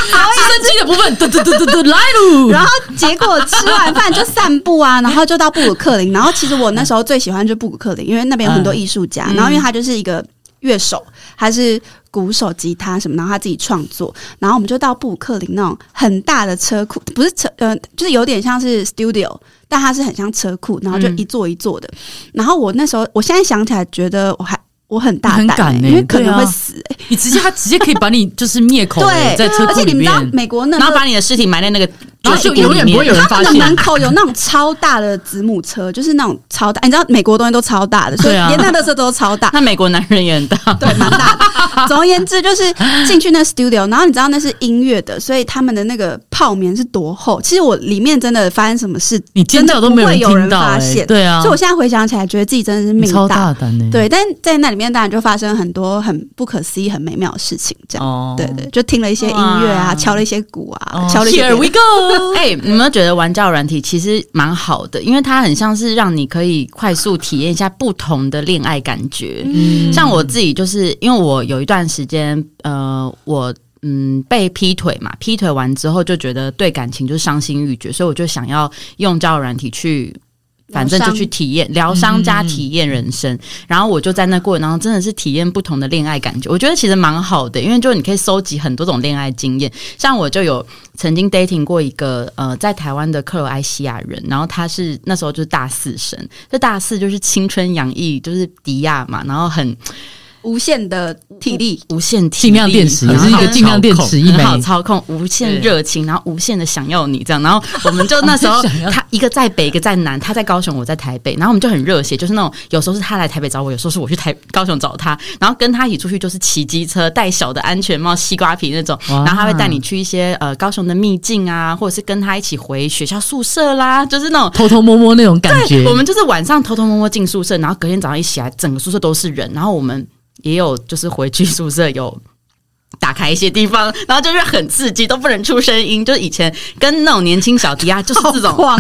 [SPEAKER 3] 直升机的部分，嘟嘟嘟嘟嘟来喽！
[SPEAKER 2] 然后结果吃完饭就散步啊，然后就到布鲁克林。然后其实我那时候最喜欢就是布鲁克林，因为那边有很多艺术家。
[SPEAKER 1] 嗯
[SPEAKER 2] 然后因为他就是一个乐手，他是鼓手、吉他什么，然后他自己创作。然后我们就到布鲁克林那种很大的车库，不是车，呃，就是有点像是 studio，但它是很像车库，然后就
[SPEAKER 1] 嗯
[SPEAKER 2] 一座一座的。然后我那时候，我现在想起来觉得我还。我很大
[SPEAKER 3] 你很
[SPEAKER 2] 胆、
[SPEAKER 3] 敢欸
[SPEAKER 2] 因为可
[SPEAKER 3] 对
[SPEAKER 2] 能
[SPEAKER 3] 啊
[SPEAKER 2] 会死、欸
[SPEAKER 3] 你直接他直接可以把你就是灭口，
[SPEAKER 2] 对，
[SPEAKER 3] 在车
[SPEAKER 2] 而
[SPEAKER 3] 库
[SPEAKER 2] 且
[SPEAKER 3] 里
[SPEAKER 2] 你们知道
[SPEAKER 3] 面，
[SPEAKER 2] 美国那
[SPEAKER 1] 然
[SPEAKER 2] 时候
[SPEAKER 1] 后把你的尸体埋在那个，
[SPEAKER 3] 然后就永远不会有人
[SPEAKER 2] 他
[SPEAKER 3] 发
[SPEAKER 2] 们的门
[SPEAKER 3] 现。
[SPEAKER 2] 口有那种超大的子母车，就是那种超大，你知道美国东西都超大的，所以
[SPEAKER 3] 对啊
[SPEAKER 2] 连那乐色都超 大，
[SPEAKER 1] 那美国男人也很大，
[SPEAKER 2] 对，蛮大的。总而言之，就是进去那 studio，然后你知道那是音乐的，所以他们的那个泡棉是多厚。其实我里面真的发生什么事，
[SPEAKER 3] 你尖叫都没有
[SPEAKER 2] 真的不会有
[SPEAKER 3] 听
[SPEAKER 2] 人
[SPEAKER 3] 到、
[SPEAKER 2] 发
[SPEAKER 3] 欸，
[SPEAKER 2] 现
[SPEAKER 3] 对啊，
[SPEAKER 2] 所以我现在回想起来，觉得自己真的是
[SPEAKER 3] 你
[SPEAKER 2] 命
[SPEAKER 3] 超
[SPEAKER 2] 大。
[SPEAKER 3] 大胆呢、欸，
[SPEAKER 2] 对，但在那里面当然就发生很多很不可思议、很美妙的事情，这样。
[SPEAKER 3] 哦
[SPEAKER 2] 对对，就听了一些音乐啊，
[SPEAKER 1] 哇
[SPEAKER 2] 敲了一些鼓啊，
[SPEAKER 3] 哦
[SPEAKER 2] 敲了一些别
[SPEAKER 3] Here
[SPEAKER 2] 的。
[SPEAKER 3] we go，
[SPEAKER 1] 哎、你有没有觉得玩教软体其实蛮好的？因为它很像是让你可以快速体验一下不同的恋爱感觉。
[SPEAKER 3] 嗯
[SPEAKER 2] 嗯
[SPEAKER 1] 像我自己就是因为我有一段时间，呃，我。嗯，被劈腿嘛，劈腿完之后就觉得对感情就伤心欲绝，所以我就想要用交友软体去，反正就去体验疗伤加体验人生。然后我就在那过程当中，真的是体验不同的恋爱感觉。我觉得其实蛮好的，因为就你可以收集很多种恋爱经验。像我就有曾经 dating 过一个呃在台湾的克罗埃西亚人，然后他是那时候就是大四生，这大四就是青春洋溢，就是迪亚嘛，然后很
[SPEAKER 2] 无限的体力，
[SPEAKER 1] 无限体力
[SPEAKER 3] 尽量电池，
[SPEAKER 1] 然
[SPEAKER 3] 也
[SPEAKER 1] 后
[SPEAKER 3] 是一个尽量电池一枚
[SPEAKER 1] 很。好操控，无限热情，然后无限的想要你这样。然后我们就那时 候他一个在北，一个在南，他在高雄，我在台北，然后我们就很热血，就是那种有时候是他来台北找我，有时候是我去台高雄找他，然后跟他一起出去就是骑机车，戴小的安全帽、西瓜皮那种，
[SPEAKER 3] 哇
[SPEAKER 1] 然后他会带你去一些呃高雄的秘境啊，或者是跟他一起回学校宿舍啦，就是那种
[SPEAKER 3] 偷偷摸摸那种感觉，
[SPEAKER 1] 我们就是晚上偷偷摸摸进宿舍，然后隔天早上一起来，整个宿舍都是人。然后我们也有就是回去宿舍有打开一些地方，然后 就是很刺激，都不能出声音。就是以前跟那种年轻小迪啊，就是这种，
[SPEAKER 2] 狂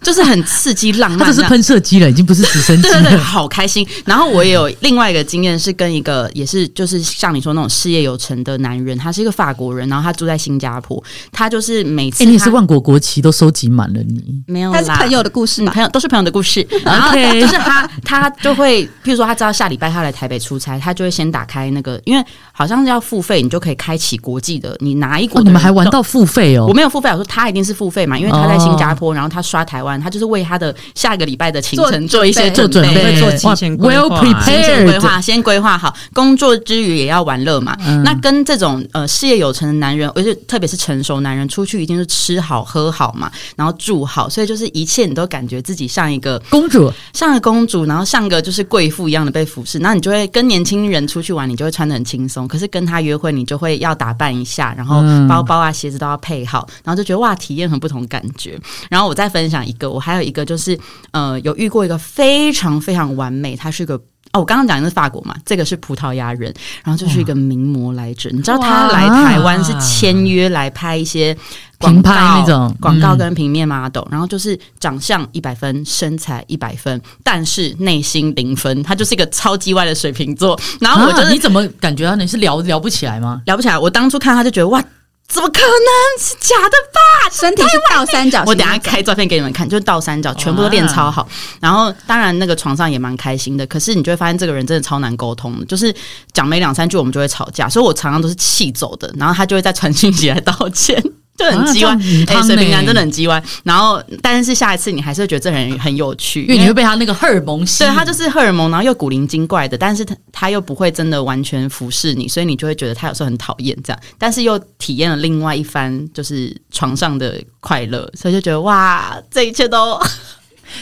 [SPEAKER 1] 就是很刺激浪漫
[SPEAKER 3] 它
[SPEAKER 1] 这
[SPEAKER 3] 这
[SPEAKER 1] 样。
[SPEAKER 3] 是喷射机了，已经不是直升机
[SPEAKER 1] 对对对，
[SPEAKER 3] 了。
[SPEAKER 1] 好开心。然后我也有另外一个经验，是跟一个也是就是像你说那种事业有成的男人，他是一个法国人，然后他住在新加坡，他就是每次
[SPEAKER 3] 哎，你也是
[SPEAKER 1] 他
[SPEAKER 3] 万国国旗都收集满了，你
[SPEAKER 1] 没有啦，
[SPEAKER 2] 但是朋友的故事
[SPEAKER 1] 嗯，
[SPEAKER 2] 嘛，
[SPEAKER 1] 朋友都是朋友的故事。然后就是他，他就会，譬如说他知道下礼拜他来台北出差，他就会先打开那个，因为好像是要付费，你就可以开启国际的，你拿一国、
[SPEAKER 3] 哦，你们还玩。到付费哦
[SPEAKER 1] 我？没有付费，我说他一定是付费嘛，因为他在新加坡，然后他刷台湾，他就是为他的下一个礼拜的行程做一些
[SPEAKER 2] 做
[SPEAKER 3] 准
[SPEAKER 1] 备
[SPEAKER 3] 备
[SPEAKER 4] 做提前规划
[SPEAKER 3] ，Well
[SPEAKER 1] 先先规
[SPEAKER 3] prepared，
[SPEAKER 1] 划，先规划好工作之余也要玩乐嘛。那跟这种呃事业有成的男人，而且特别是成熟男人，出去一定是吃好喝好嘛，然后住好，所以就是一切你都感觉自己像一个
[SPEAKER 3] 公主
[SPEAKER 1] 像个公主，然后像个就是贵妇一样的被服侍。那你就会跟年轻人出去玩，你就会穿的很轻松；可是跟他约会，你就会要打扮一下，然后
[SPEAKER 3] 嗯
[SPEAKER 1] 包包啊、鞋子都要配好，然后就觉得哇，体验很不同感觉。然后我再分享一个，我还有一个就是呃，有遇过一个非常非常完美，他是个。哦，我刚刚讲的是法国嘛，这个是葡萄牙人，然后就是一个名模来着。你知道他来台湾是签约来拍一些广
[SPEAKER 3] 平拍
[SPEAKER 1] 告
[SPEAKER 3] 那种
[SPEAKER 1] 广告
[SPEAKER 3] 嗯
[SPEAKER 1] 跟平面 model，、然后就是长相一百分，身材一百分，但是内心零分，他就是一个超级歪的水瓶座。然后我就
[SPEAKER 3] 啊
[SPEAKER 1] 是、
[SPEAKER 3] 你怎么感觉到你是聊聊不起来吗？
[SPEAKER 1] 聊不起来，我当初看他就觉得哇，怎么可能是假的吧？
[SPEAKER 2] 身体是倒三角形
[SPEAKER 3] 啊
[SPEAKER 2] 那种。
[SPEAKER 1] 我等一下开照片给你们看，就是倒三角，全部都练超好。然后当然那个床上也蛮开心的，可是你就会发现这个人真的超难沟通的，就是讲没两三句我们就会吵架，所以我常常都是气走的，然后他就会再传讯息来道歉。 就很
[SPEAKER 3] 啊
[SPEAKER 1] 叽
[SPEAKER 3] 这
[SPEAKER 1] 歪
[SPEAKER 3] 样很，
[SPEAKER 1] 哎、
[SPEAKER 3] 烫
[SPEAKER 1] 水瓶
[SPEAKER 3] 呢
[SPEAKER 1] 男真的很叽歪。然后，但是下一次你还是会觉得这人很有趣，
[SPEAKER 3] 因为你会被他那个荷尔蒙吸
[SPEAKER 1] 对
[SPEAKER 3] 引。
[SPEAKER 1] 他就是荷尔蒙，然后又古灵精怪的，但是他他又不会真的完全服侍你，所以你就会觉得他有时候很讨厌这样，但是又体验了另外一番就是床上的快乐，所以就觉得哇，这一切都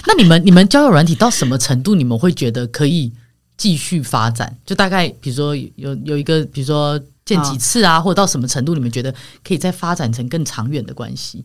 [SPEAKER 3] 那你们你们交友软体到什么程度，你们会觉得可以继续发展？就大概比如说有有一个，比如说见几次啊，或者到什么程度，你们觉得可以再发展成更长远的关系？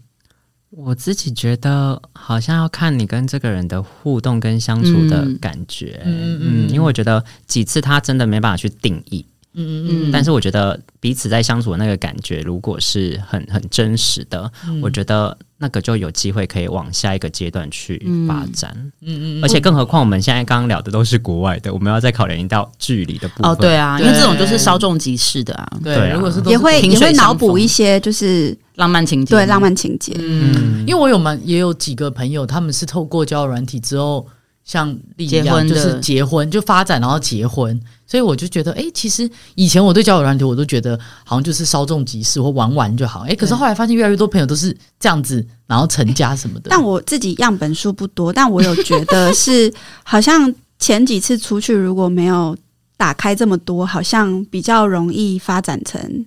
[SPEAKER 4] 我自己觉得好像要看你跟这个人的互动跟相处的感觉，
[SPEAKER 3] 嗯嗯
[SPEAKER 4] 嗯
[SPEAKER 3] 嗯嗯
[SPEAKER 4] 因为我觉得几次他真的没办法去定义，
[SPEAKER 3] 嗯嗯
[SPEAKER 1] 嗯，
[SPEAKER 4] 但是我觉得彼此在相处的那个感觉，如果是很很真实的，
[SPEAKER 3] 嗯，
[SPEAKER 4] 我觉得那个就有机会可以往下一个阶段去发展。
[SPEAKER 3] 嗯嗯嗯，
[SPEAKER 4] 而且，更何况我们现在刚刚聊的都是国外的，我们要再考量到距离的部分。
[SPEAKER 1] 哦对啊，因为
[SPEAKER 3] 对
[SPEAKER 1] 这种就是稍纵即逝的啊，
[SPEAKER 3] 对，
[SPEAKER 4] 对啊
[SPEAKER 3] 如果是都是
[SPEAKER 2] 也会
[SPEAKER 1] 萍
[SPEAKER 2] 也
[SPEAKER 1] 水
[SPEAKER 2] 会
[SPEAKER 1] 相
[SPEAKER 2] 脑补
[SPEAKER 1] 逢
[SPEAKER 2] 一些，就是
[SPEAKER 1] 浪漫情节，
[SPEAKER 2] 对浪。漫情节。
[SPEAKER 3] 嗯，因为我有蛮也有几个朋友，他们是透过交友软体之后，像丽一
[SPEAKER 1] 结
[SPEAKER 3] 样
[SPEAKER 1] 婚的
[SPEAKER 3] 就是结婚就发展，然后结婚，所以我就觉得，哎、其实以前我对交友软体，我都觉得好像就是稍纵即逝或玩玩就好，哎、可是后来发现越来越多朋友都是这样子，然后成家什么的。
[SPEAKER 2] 但我自己样本数不多，但我有觉得是好像前几次出去如果没有打开这么多，好像比较容易发展成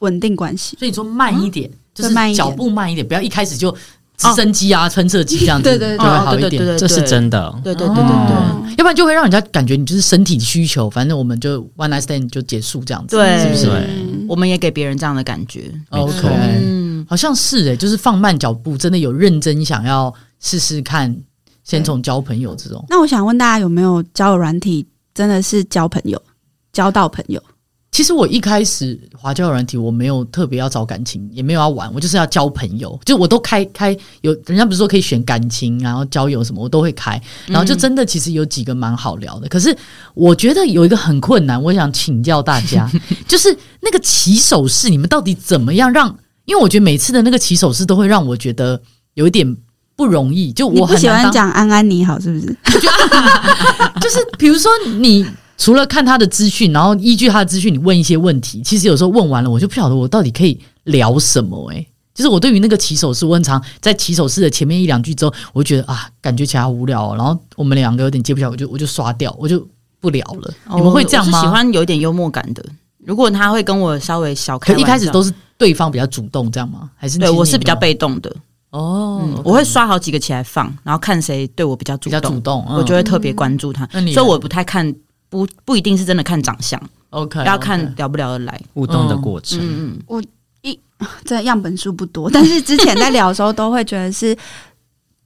[SPEAKER 2] 稳定关系。
[SPEAKER 3] 所以你说慢一点，就
[SPEAKER 2] 对慢一点
[SPEAKER 3] 是脚步慢一点，不要一开始就直升机啊、喷射机这样子，
[SPEAKER 2] 对对对
[SPEAKER 3] 就会好一
[SPEAKER 1] 对
[SPEAKER 3] 点。
[SPEAKER 1] 对
[SPEAKER 4] 这是真的。
[SPEAKER 1] 对对对对对。
[SPEAKER 3] 哦要不然就会让人家感觉你就是身体需求，反正我们就 one night stand 就结束这样子，
[SPEAKER 1] 对
[SPEAKER 3] 是不是
[SPEAKER 4] 对
[SPEAKER 2] 嗯
[SPEAKER 1] 我们也给别人这样的感觉，
[SPEAKER 4] 没错
[SPEAKER 3] ？OK，
[SPEAKER 1] 嗯，
[SPEAKER 3] 好像是诶、就是放慢脚步，真的有认真想要试试看，先从交朋友这种。
[SPEAKER 2] 那我想问大家有没有交友软体真的是交朋友，交到朋友？
[SPEAKER 3] 其实我一开始滑交友软体，我没有特别要找感情，也没有要玩，我就是要交朋友。就我都开开有，人家不是说可以选感情，然后交友什么，我都会开。
[SPEAKER 2] 嗯
[SPEAKER 3] 然后就真的其实有几个蛮好聊的，可是我觉得有一个很困难，我想请教大家， 就是那个起手式，你们到底怎么样让？因为我觉得每次的那个起手式都会让我觉得有一点不容易，就
[SPEAKER 2] 你
[SPEAKER 3] 我
[SPEAKER 2] 不
[SPEAKER 3] 很
[SPEAKER 2] 喜
[SPEAKER 3] 难
[SPEAKER 2] 欢
[SPEAKER 3] 当
[SPEAKER 2] 讲安安你好是不是？
[SPEAKER 3] 就是比如说你。除了看他的资讯，然后依据他的资讯，你问一些问题。其实有时候问完了，我就不晓得我到底可以聊什么、欸。就是我对于那个起手式，我很常在起手式的前面一两句之后，我就觉得啊，感觉起来好无聊、哦。然后我们两个有点接不下来，我就我就刷掉，我就不聊了。你们会这样
[SPEAKER 1] 哦我
[SPEAKER 3] 吗？
[SPEAKER 1] 是喜欢有一点幽默感的。如果他会跟我稍微小开玩
[SPEAKER 3] 可一
[SPEAKER 1] 笑，
[SPEAKER 3] 开始都是对方比较主动，这样吗？还是
[SPEAKER 1] 对
[SPEAKER 3] 其实
[SPEAKER 1] 我
[SPEAKER 3] 你
[SPEAKER 1] 是比较
[SPEAKER 3] 没有
[SPEAKER 1] 被动的，
[SPEAKER 3] 哦、
[SPEAKER 1] 嗯，我会刷好几个起来放，然后看谁对我比较
[SPEAKER 3] 比
[SPEAKER 1] 主
[SPEAKER 3] 较
[SPEAKER 1] 动，
[SPEAKER 3] 主动，嗯
[SPEAKER 1] 我就会特别关注他。
[SPEAKER 3] 那你呢
[SPEAKER 1] 所以我不太看，不不一定是真的看长相，
[SPEAKER 3] OK，
[SPEAKER 1] 要看聊不聊得来。
[SPEAKER 4] 互动的过程，
[SPEAKER 1] 嗯嗯，
[SPEAKER 2] 真的样本数不多，但是之前在聊的时候都会觉得是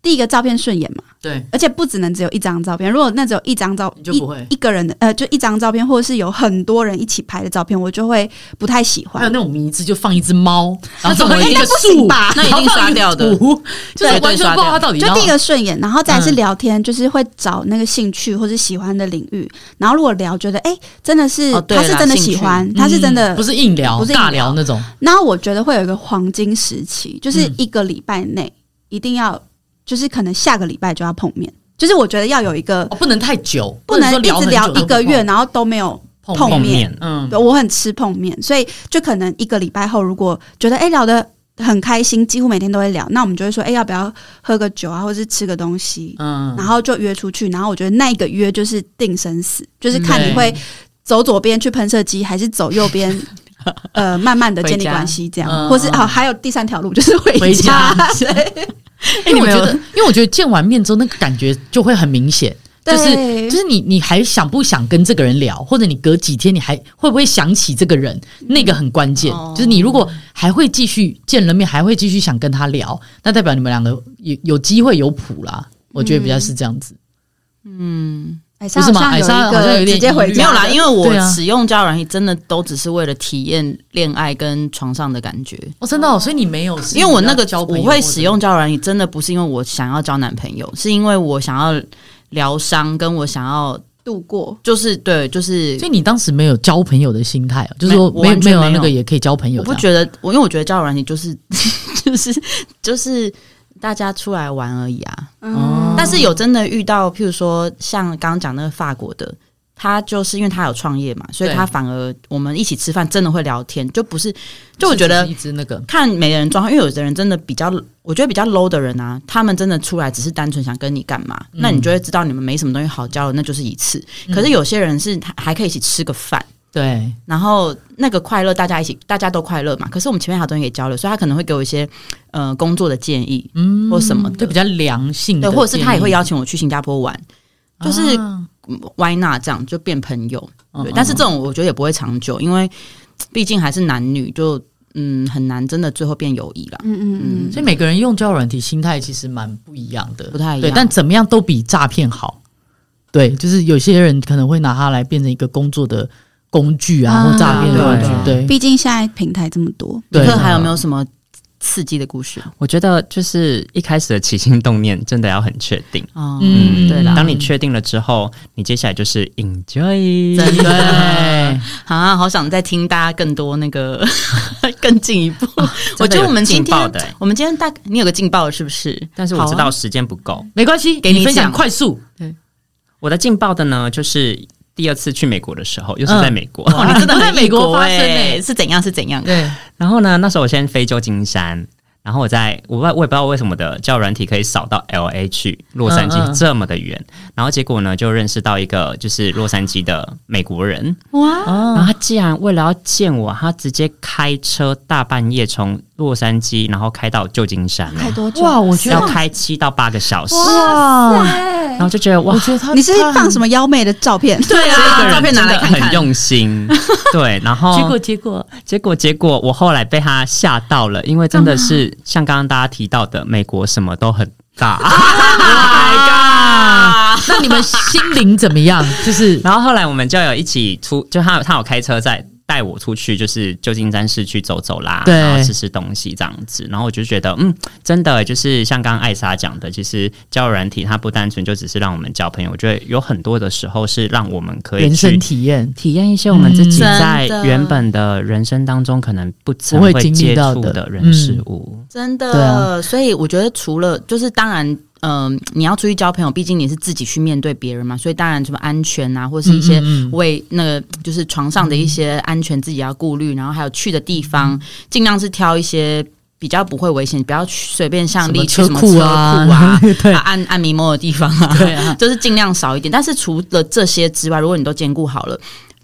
[SPEAKER 2] 第一个照片顺眼嘛，
[SPEAKER 3] 对，
[SPEAKER 2] 而且不只能只有一张照片。如果那只有一张照，
[SPEAKER 3] 你就不会
[SPEAKER 2] 一一个人的呃，就一张照片，或者是有很多人一起拍的照片，我就会不太喜
[SPEAKER 3] 还有
[SPEAKER 2] 欢。
[SPEAKER 3] 那种迷之就放一只猫，然后
[SPEAKER 1] 那怎
[SPEAKER 3] 放
[SPEAKER 1] 么
[SPEAKER 2] 哎
[SPEAKER 3] 一个
[SPEAKER 1] 那不
[SPEAKER 3] 树
[SPEAKER 1] 行吧
[SPEAKER 3] 然后
[SPEAKER 1] 那一定
[SPEAKER 3] 放
[SPEAKER 1] 刷
[SPEAKER 3] 个
[SPEAKER 1] 掉的
[SPEAKER 3] 图就是
[SPEAKER 1] 对
[SPEAKER 3] 完全不知道它到底
[SPEAKER 2] 就
[SPEAKER 3] 要。
[SPEAKER 2] 第一个顺眼，然后再来是
[SPEAKER 3] 嗯
[SPEAKER 2] 聊天，就是会找那个兴趣或是喜欢的领域。然后如果聊觉得哎、真的是、
[SPEAKER 1] 哦对
[SPEAKER 2] 他是
[SPEAKER 1] 啦
[SPEAKER 2] 真的
[SPEAKER 1] 兴
[SPEAKER 2] 喜
[SPEAKER 1] 趣
[SPEAKER 2] 欢，他是真的
[SPEAKER 3] 嗯不是硬聊，
[SPEAKER 2] 不是硬聊
[SPEAKER 3] 尬聊那种，
[SPEAKER 2] 那我觉得会有一个黄金时期，就是一个礼拜内一定要，就是可能下个礼拜就要碰面。就是我觉得要有一个
[SPEAKER 3] 哦，不能太久，
[SPEAKER 2] 不能
[SPEAKER 3] 说
[SPEAKER 2] 一直
[SPEAKER 3] 很
[SPEAKER 2] 聊
[SPEAKER 3] 久都
[SPEAKER 2] 一
[SPEAKER 3] 不
[SPEAKER 2] 个
[SPEAKER 3] 碰
[SPEAKER 2] 月，然后都没有。碰
[SPEAKER 3] 碰
[SPEAKER 2] 面
[SPEAKER 3] 面，
[SPEAKER 4] 面，
[SPEAKER 3] 嗯，
[SPEAKER 2] 对我很吃碰面，所以就可能一个礼拜后，如果觉得哎、聊得很开心，几乎每天都会聊，那我们就会说哎、要不要喝个酒啊，或者是吃个东西，
[SPEAKER 3] 嗯，
[SPEAKER 2] 然后就约出去。然后我觉得那一个约就是定生死，就是看
[SPEAKER 3] 嗯
[SPEAKER 2] 你会走左边去喷射机，还是走右 边。呃，慢慢的建立
[SPEAKER 1] 回家
[SPEAKER 2] 关系，这样，
[SPEAKER 3] 嗯
[SPEAKER 2] 或是哦，还有第三条路就是回
[SPEAKER 3] 回家
[SPEAKER 2] 对
[SPEAKER 3] 因为哎我觉得
[SPEAKER 1] 你，
[SPEAKER 3] 因为我觉得见完面之后，那个感觉就会很明显，就是
[SPEAKER 2] 对
[SPEAKER 3] 就是你你还想不想跟这个人聊，或者你隔几天你还会不会想起这个人，那个很关键。
[SPEAKER 1] 哦
[SPEAKER 3] 就是你如果还会继续见了面，还会继续想跟他聊，那代表你们两个有有机会有谱啦。我觉得比较是这样子，
[SPEAKER 2] 哎
[SPEAKER 3] 不是吗
[SPEAKER 2] 好
[SPEAKER 3] 哎莎
[SPEAKER 2] 像
[SPEAKER 3] 好像有
[SPEAKER 2] 有一个
[SPEAKER 3] 点
[SPEAKER 2] 直接回
[SPEAKER 3] 疑虑
[SPEAKER 1] 没
[SPEAKER 2] 家
[SPEAKER 1] 有
[SPEAKER 2] 的
[SPEAKER 1] 啦，因为
[SPEAKER 3] 对
[SPEAKER 1] 我
[SPEAKER 3] 啊
[SPEAKER 1] 使用交友软件真的都只是为了体验恋爱跟床上的感觉。
[SPEAKER 3] 哦，真的、哦，所以你没有，
[SPEAKER 1] 因为我那个
[SPEAKER 3] 交朋
[SPEAKER 1] 我
[SPEAKER 3] 友
[SPEAKER 1] 会使用交友软件，真的不是因为我想要交男朋友，是因为我想要疗伤，跟我想要
[SPEAKER 2] 度过，
[SPEAKER 1] 就是对，就是
[SPEAKER 3] 所以你当时没有交朋友的心态哦，就是说
[SPEAKER 1] 没我
[SPEAKER 3] 没
[SPEAKER 1] 完
[SPEAKER 3] 没
[SPEAKER 1] 全
[SPEAKER 3] 有
[SPEAKER 1] 没有
[SPEAKER 3] 那个也可以交朋友啊
[SPEAKER 1] 我
[SPEAKER 3] 这
[SPEAKER 1] 不
[SPEAKER 3] 样，
[SPEAKER 1] 觉得，我因为我觉得交友软件就是 就是就是大家出来玩而已啊。
[SPEAKER 3] 哦
[SPEAKER 2] 嗯，
[SPEAKER 1] 但是有真的遇到，譬如说像刚刚讲那个法国的，他就是因为他有创业嘛，所以
[SPEAKER 3] 对
[SPEAKER 1] 他反而我们一起吃饭真的会聊天，就不是就我觉得
[SPEAKER 3] 是一直那个
[SPEAKER 1] 看每个人状况，因为有的人真的比较，我觉得比较 low 的人啊，他们真的出来只是单纯想跟你干嘛，
[SPEAKER 3] 嗯
[SPEAKER 1] 那你就会知道你们没什么东西好交流，那就是一次。可是有些人是还还可以一起吃个饭，
[SPEAKER 3] 对，
[SPEAKER 1] 然后那个快乐大家一起，大家都快乐嘛。可是我们前面还有东西可以交流，所以他可能会给我一些呃工作的建议，
[SPEAKER 3] 嗯
[SPEAKER 1] 或什么的
[SPEAKER 3] 就比较良性的
[SPEAKER 1] 对，
[SPEAKER 3] 建议，
[SPEAKER 1] 或者是他也会邀请我去新加坡玩，就是
[SPEAKER 3] 啊
[SPEAKER 1] 嗯 why not 这样就变朋友。
[SPEAKER 3] 嗯
[SPEAKER 1] 对，
[SPEAKER 3] 嗯
[SPEAKER 1] 但是这种我觉得也不会长久，因为毕竟还是男女，就嗯很难真的最后变友谊啦。
[SPEAKER 2] 嗯嗯嗯，
[SPEAKER 3] 所以每个人用交友软体心态其实蛮不一样的，
[SPEAKER 1] 不太一样
[SPEAKER 3] 对，但怎么样都比诈骗好。对，就是有些人可能会拿它来变成一个工作的工具啊，
[SPEAKER 2] 啊
[SPEAKER 3] 或诈骗的工具。
[SPEAKER 4] 对
[SPEAKER 1] 嗯
[SPEAKER 3] 对，
[SPEAKER 2] 毕竟现在平台这么多，
[SPEAKER 1] 尼
[SPEAKER 3] 对
[SPEAKER 1] 克还有没有什么刺激的故事？
[SPEAKER 4] 我觉得就是一开始的起心动念真的要很确定。
[SPEAKER 1] 哦，
[SPEAKER 3] 嗯
[SPEAKER 1] 对啦，
[SPEAKER 4] 当你确定了之后，你接下来就是 enjoy。
[SPEAKER 1] 真的
[SPEAKER 3] 对
[SPEAKER 1] 啊，好想再听大家更多那个 更进一步。我觉得我们今
[SPEAKER 4] 劲爆
[SPEAKER 1] 天
[SPEAKER 4] 的欸
[SPEAKER 1] 我们今天大你有个劲爆的是不是？
[SPEAKER 4] 但是我知
[SPEAKER 1] 好啊
[SPEAKER 4] 道时间不够。
[SPEAKER 3] 没关系，
[SPEAKER 1] 给你
[SPEAKER 3] 分享
[SPEAKER 1] 讲
[SPEAKER 3] 快速。
[SPEAKER 4] 我的劲爆的呢，就是第二次去美国的时候，又是在美国。
[SPEAKER 1] 哦，你真的
[SPEAKER 3] 都
[SPEAKER 1] 很
[SPEAKER 3] 在美
[SPEAKER 1] 异
[SPEAKER 3] 国发
[SPEAKER 1] 欸
[SPEAKER 3] 生欸
[SPEAKER 1] 是怎样是怎样？
[SPEAKER 3] 对，
[SPEAKER 4] 然后呢，那时候我先飞旧金山，然后我在我不我也不知道为什么我的交友软体可以扫到 L A 去洛杉
[SPEAKER 3] 嗯嗯
[SPEAKER 4] 矶这么的远，然后结果呢就认识到一个就是洛杉矶的美国人，
[SPEAKER 1] 哇，
[SPEAKER 2] 嗯
[SPEAKER 4] 然后他
[SPEAKER 3] 啊，
[SPEAKER 4] 竟然为了要见我，他直接开车大半夜从洛杉矶然后开到旧金山欸，
[SPEAKER 2] 开多久？
[SPEAKER 3] 哇，我觉
[SPEAKER 4] 要
[SPEAKER 3] 得
[SPEAKER 4] 开七到八个小时，
[SPEAKER 3] 哇，
[SPEAKER 4] 然后就觉得哇
[SPEAKER 3] 我。觉得他
[SPEAKER 2] 你是放什
[SPEAKER 3] 么？
[SPEAKER 2] 么妖媚的照片？
[SPEAKER 1] 对
[SPEAKER 4] 这个
[SPEAKER 1] 啊，
[SPEAKER 4] 人
[SPEAKER 1] 照片拿来
[SPEAKER 4] 真
[SPEAKER 1] 看
[SPEAKER 4] 的
[SPEAKER 1] 看
[SPEAKER 4] 很。用 心，对，然后
[SPEAKER 3] 结果结果，
[SPEAKER 4] 结果，结果我后来被他吓到了，因为真的
[SPEAKER 2] 啊
[SPEAKER 4] 是像刚刚大家提到的，美国什么都很大。Oh my god！
[SPEAKER 1] 啊，
[SPEAKER 3] 那你们心灵怎么样？就是
[SPEAKER 4] 然后后来我们就有一起出，就他他有开车在带我出去，就是旧金山市区走走啦，
[SPEAKER 3] 对
[SPEAKER 4] 然后吃吃东西这样子。然后我就觉得，嗯，真的就是像刚刚艾莎讲的，其实交友软体它不单纯就只是让我们交朋友，我觉得有很多的时候是让我们可以
[SPEAKER 3] 人生
[SPEAKER 4] 去
[SPEAKER 3] 体验，
[SPEAKER 4] 体验一些我们自
[SPEAKER 1] 嗯
[SPEAKER 4] 己在
[SPEAKER 1] 真的
[SPEAKER 4] 原本的人生当中可能不曾
[SPEAKER 3] 不会
[SPEAKER 4] 会
[SPEAKER 3] 经历
[SPEAKER 4] 接
[SPEAKER 3] 到
[SPEAKER 4] 触
[SPEAKER 3] 的
[SPEAKER 4] 的
[SPEAKER 3] 嗯
[SPEAKER 4] 人事物。
[SPEAKER 1] 真
[SPEAKER 3] 对
[SPEAKER 1] 的。
[SPEAKER 3] 啊
[SPEAKER 1] 所以我觉得除了就是当然。嗯、你要出去交朋友，毕竟你是自己去面对别人嘛，所以当然什么安全啊，或是一些
[SPEAKER 3] 嗯嗯嗯
[SPEAKER 1] 为那个就是床上的一些安全自己要顾虑，然后还有去的地
[SPEAKER 3] 嗯
[SPEAKER 1] 方，尽量是挑一些比较不会危险，不要去随便像
[SPEAKER 3] 什
[SPEAKER 1] 例
[SPEAKER 3] 么
[SPEAKER 1] 去
[SPEAKER 3] 车
[SPEAKER 1] 什么车库
[SPEAKER 3] 库
[SPEAKER 1] 啊、
[SPEAKER 3] 啊， 对
[SPEAKER 1] 啊按按迷摸的地方啊，
[SPEAKER 3] 对啊，
[SPEAKER 1] 就是尽量少一点。但是除了这些之外，如果你都兼顾好了，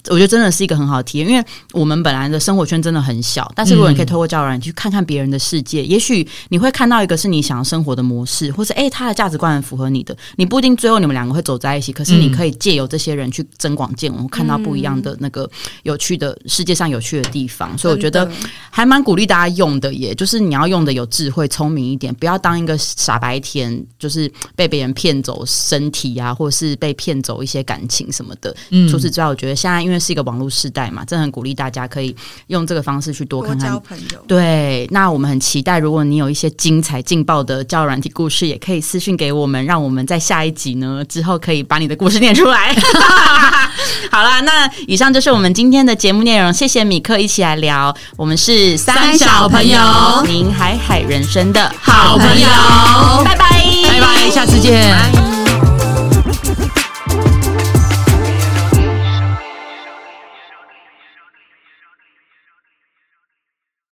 [SPEAKER 1] 我觉得真的是一个很好的体验，因为我们本来的生活圈真的很小，但是如果你可以透过交友软件去看看别人的世界，也许你会看到一个是你想要生活的模式，或是诶他的价值观很符合你的，你不一定最后你们两个会走在一
[SPEAKER 2] 嗯
[SPEAKER 1] 起，可是你可以借由这些人去增广见闻，看到不一样的那个有趣的世界上有趣的地方，所以我觉得
[SPEAKER 2] 真的
[SPEAKER 1] 还蛮鼓励大家用的耶，就是你要用的有智慧、聪明一点，不要当一个傻白甜，就是被别人骗走身体啊，或者是被骗走一些感情什么的。
[SPEAKER 3] 嗯
[SPEAKER 1] 除此之外，我觉得现在因为是一个网络时代嘛，真的很鼓励大家可以用这个方式去多
[SPEAKER 2] 多
[SPEAKER 1] 看
[SPEAKER 2] 交
[SPEAKER 1] 看。
[SPEAKER 2] 朋友。
[SPEAKER 1] 对，那我们很期待，如果你有一些精彩劲爆的教软体故事，也可以私讯给我们，让我们在下一集呢之后可以把你的故事念出来。 好啦，那以上就是我们今天的节目内容，谢谢米克一起来聊，我们是
[SPEAKER 3] 三小朋友
[SPEAKER 1] 您海海人生的
[SPEAKER 3] 好朋友
[SPEAKER 1] 拜拜，
[SPEAKER 3] 拜拜，下次见。
[SPEAKER 1] 拜。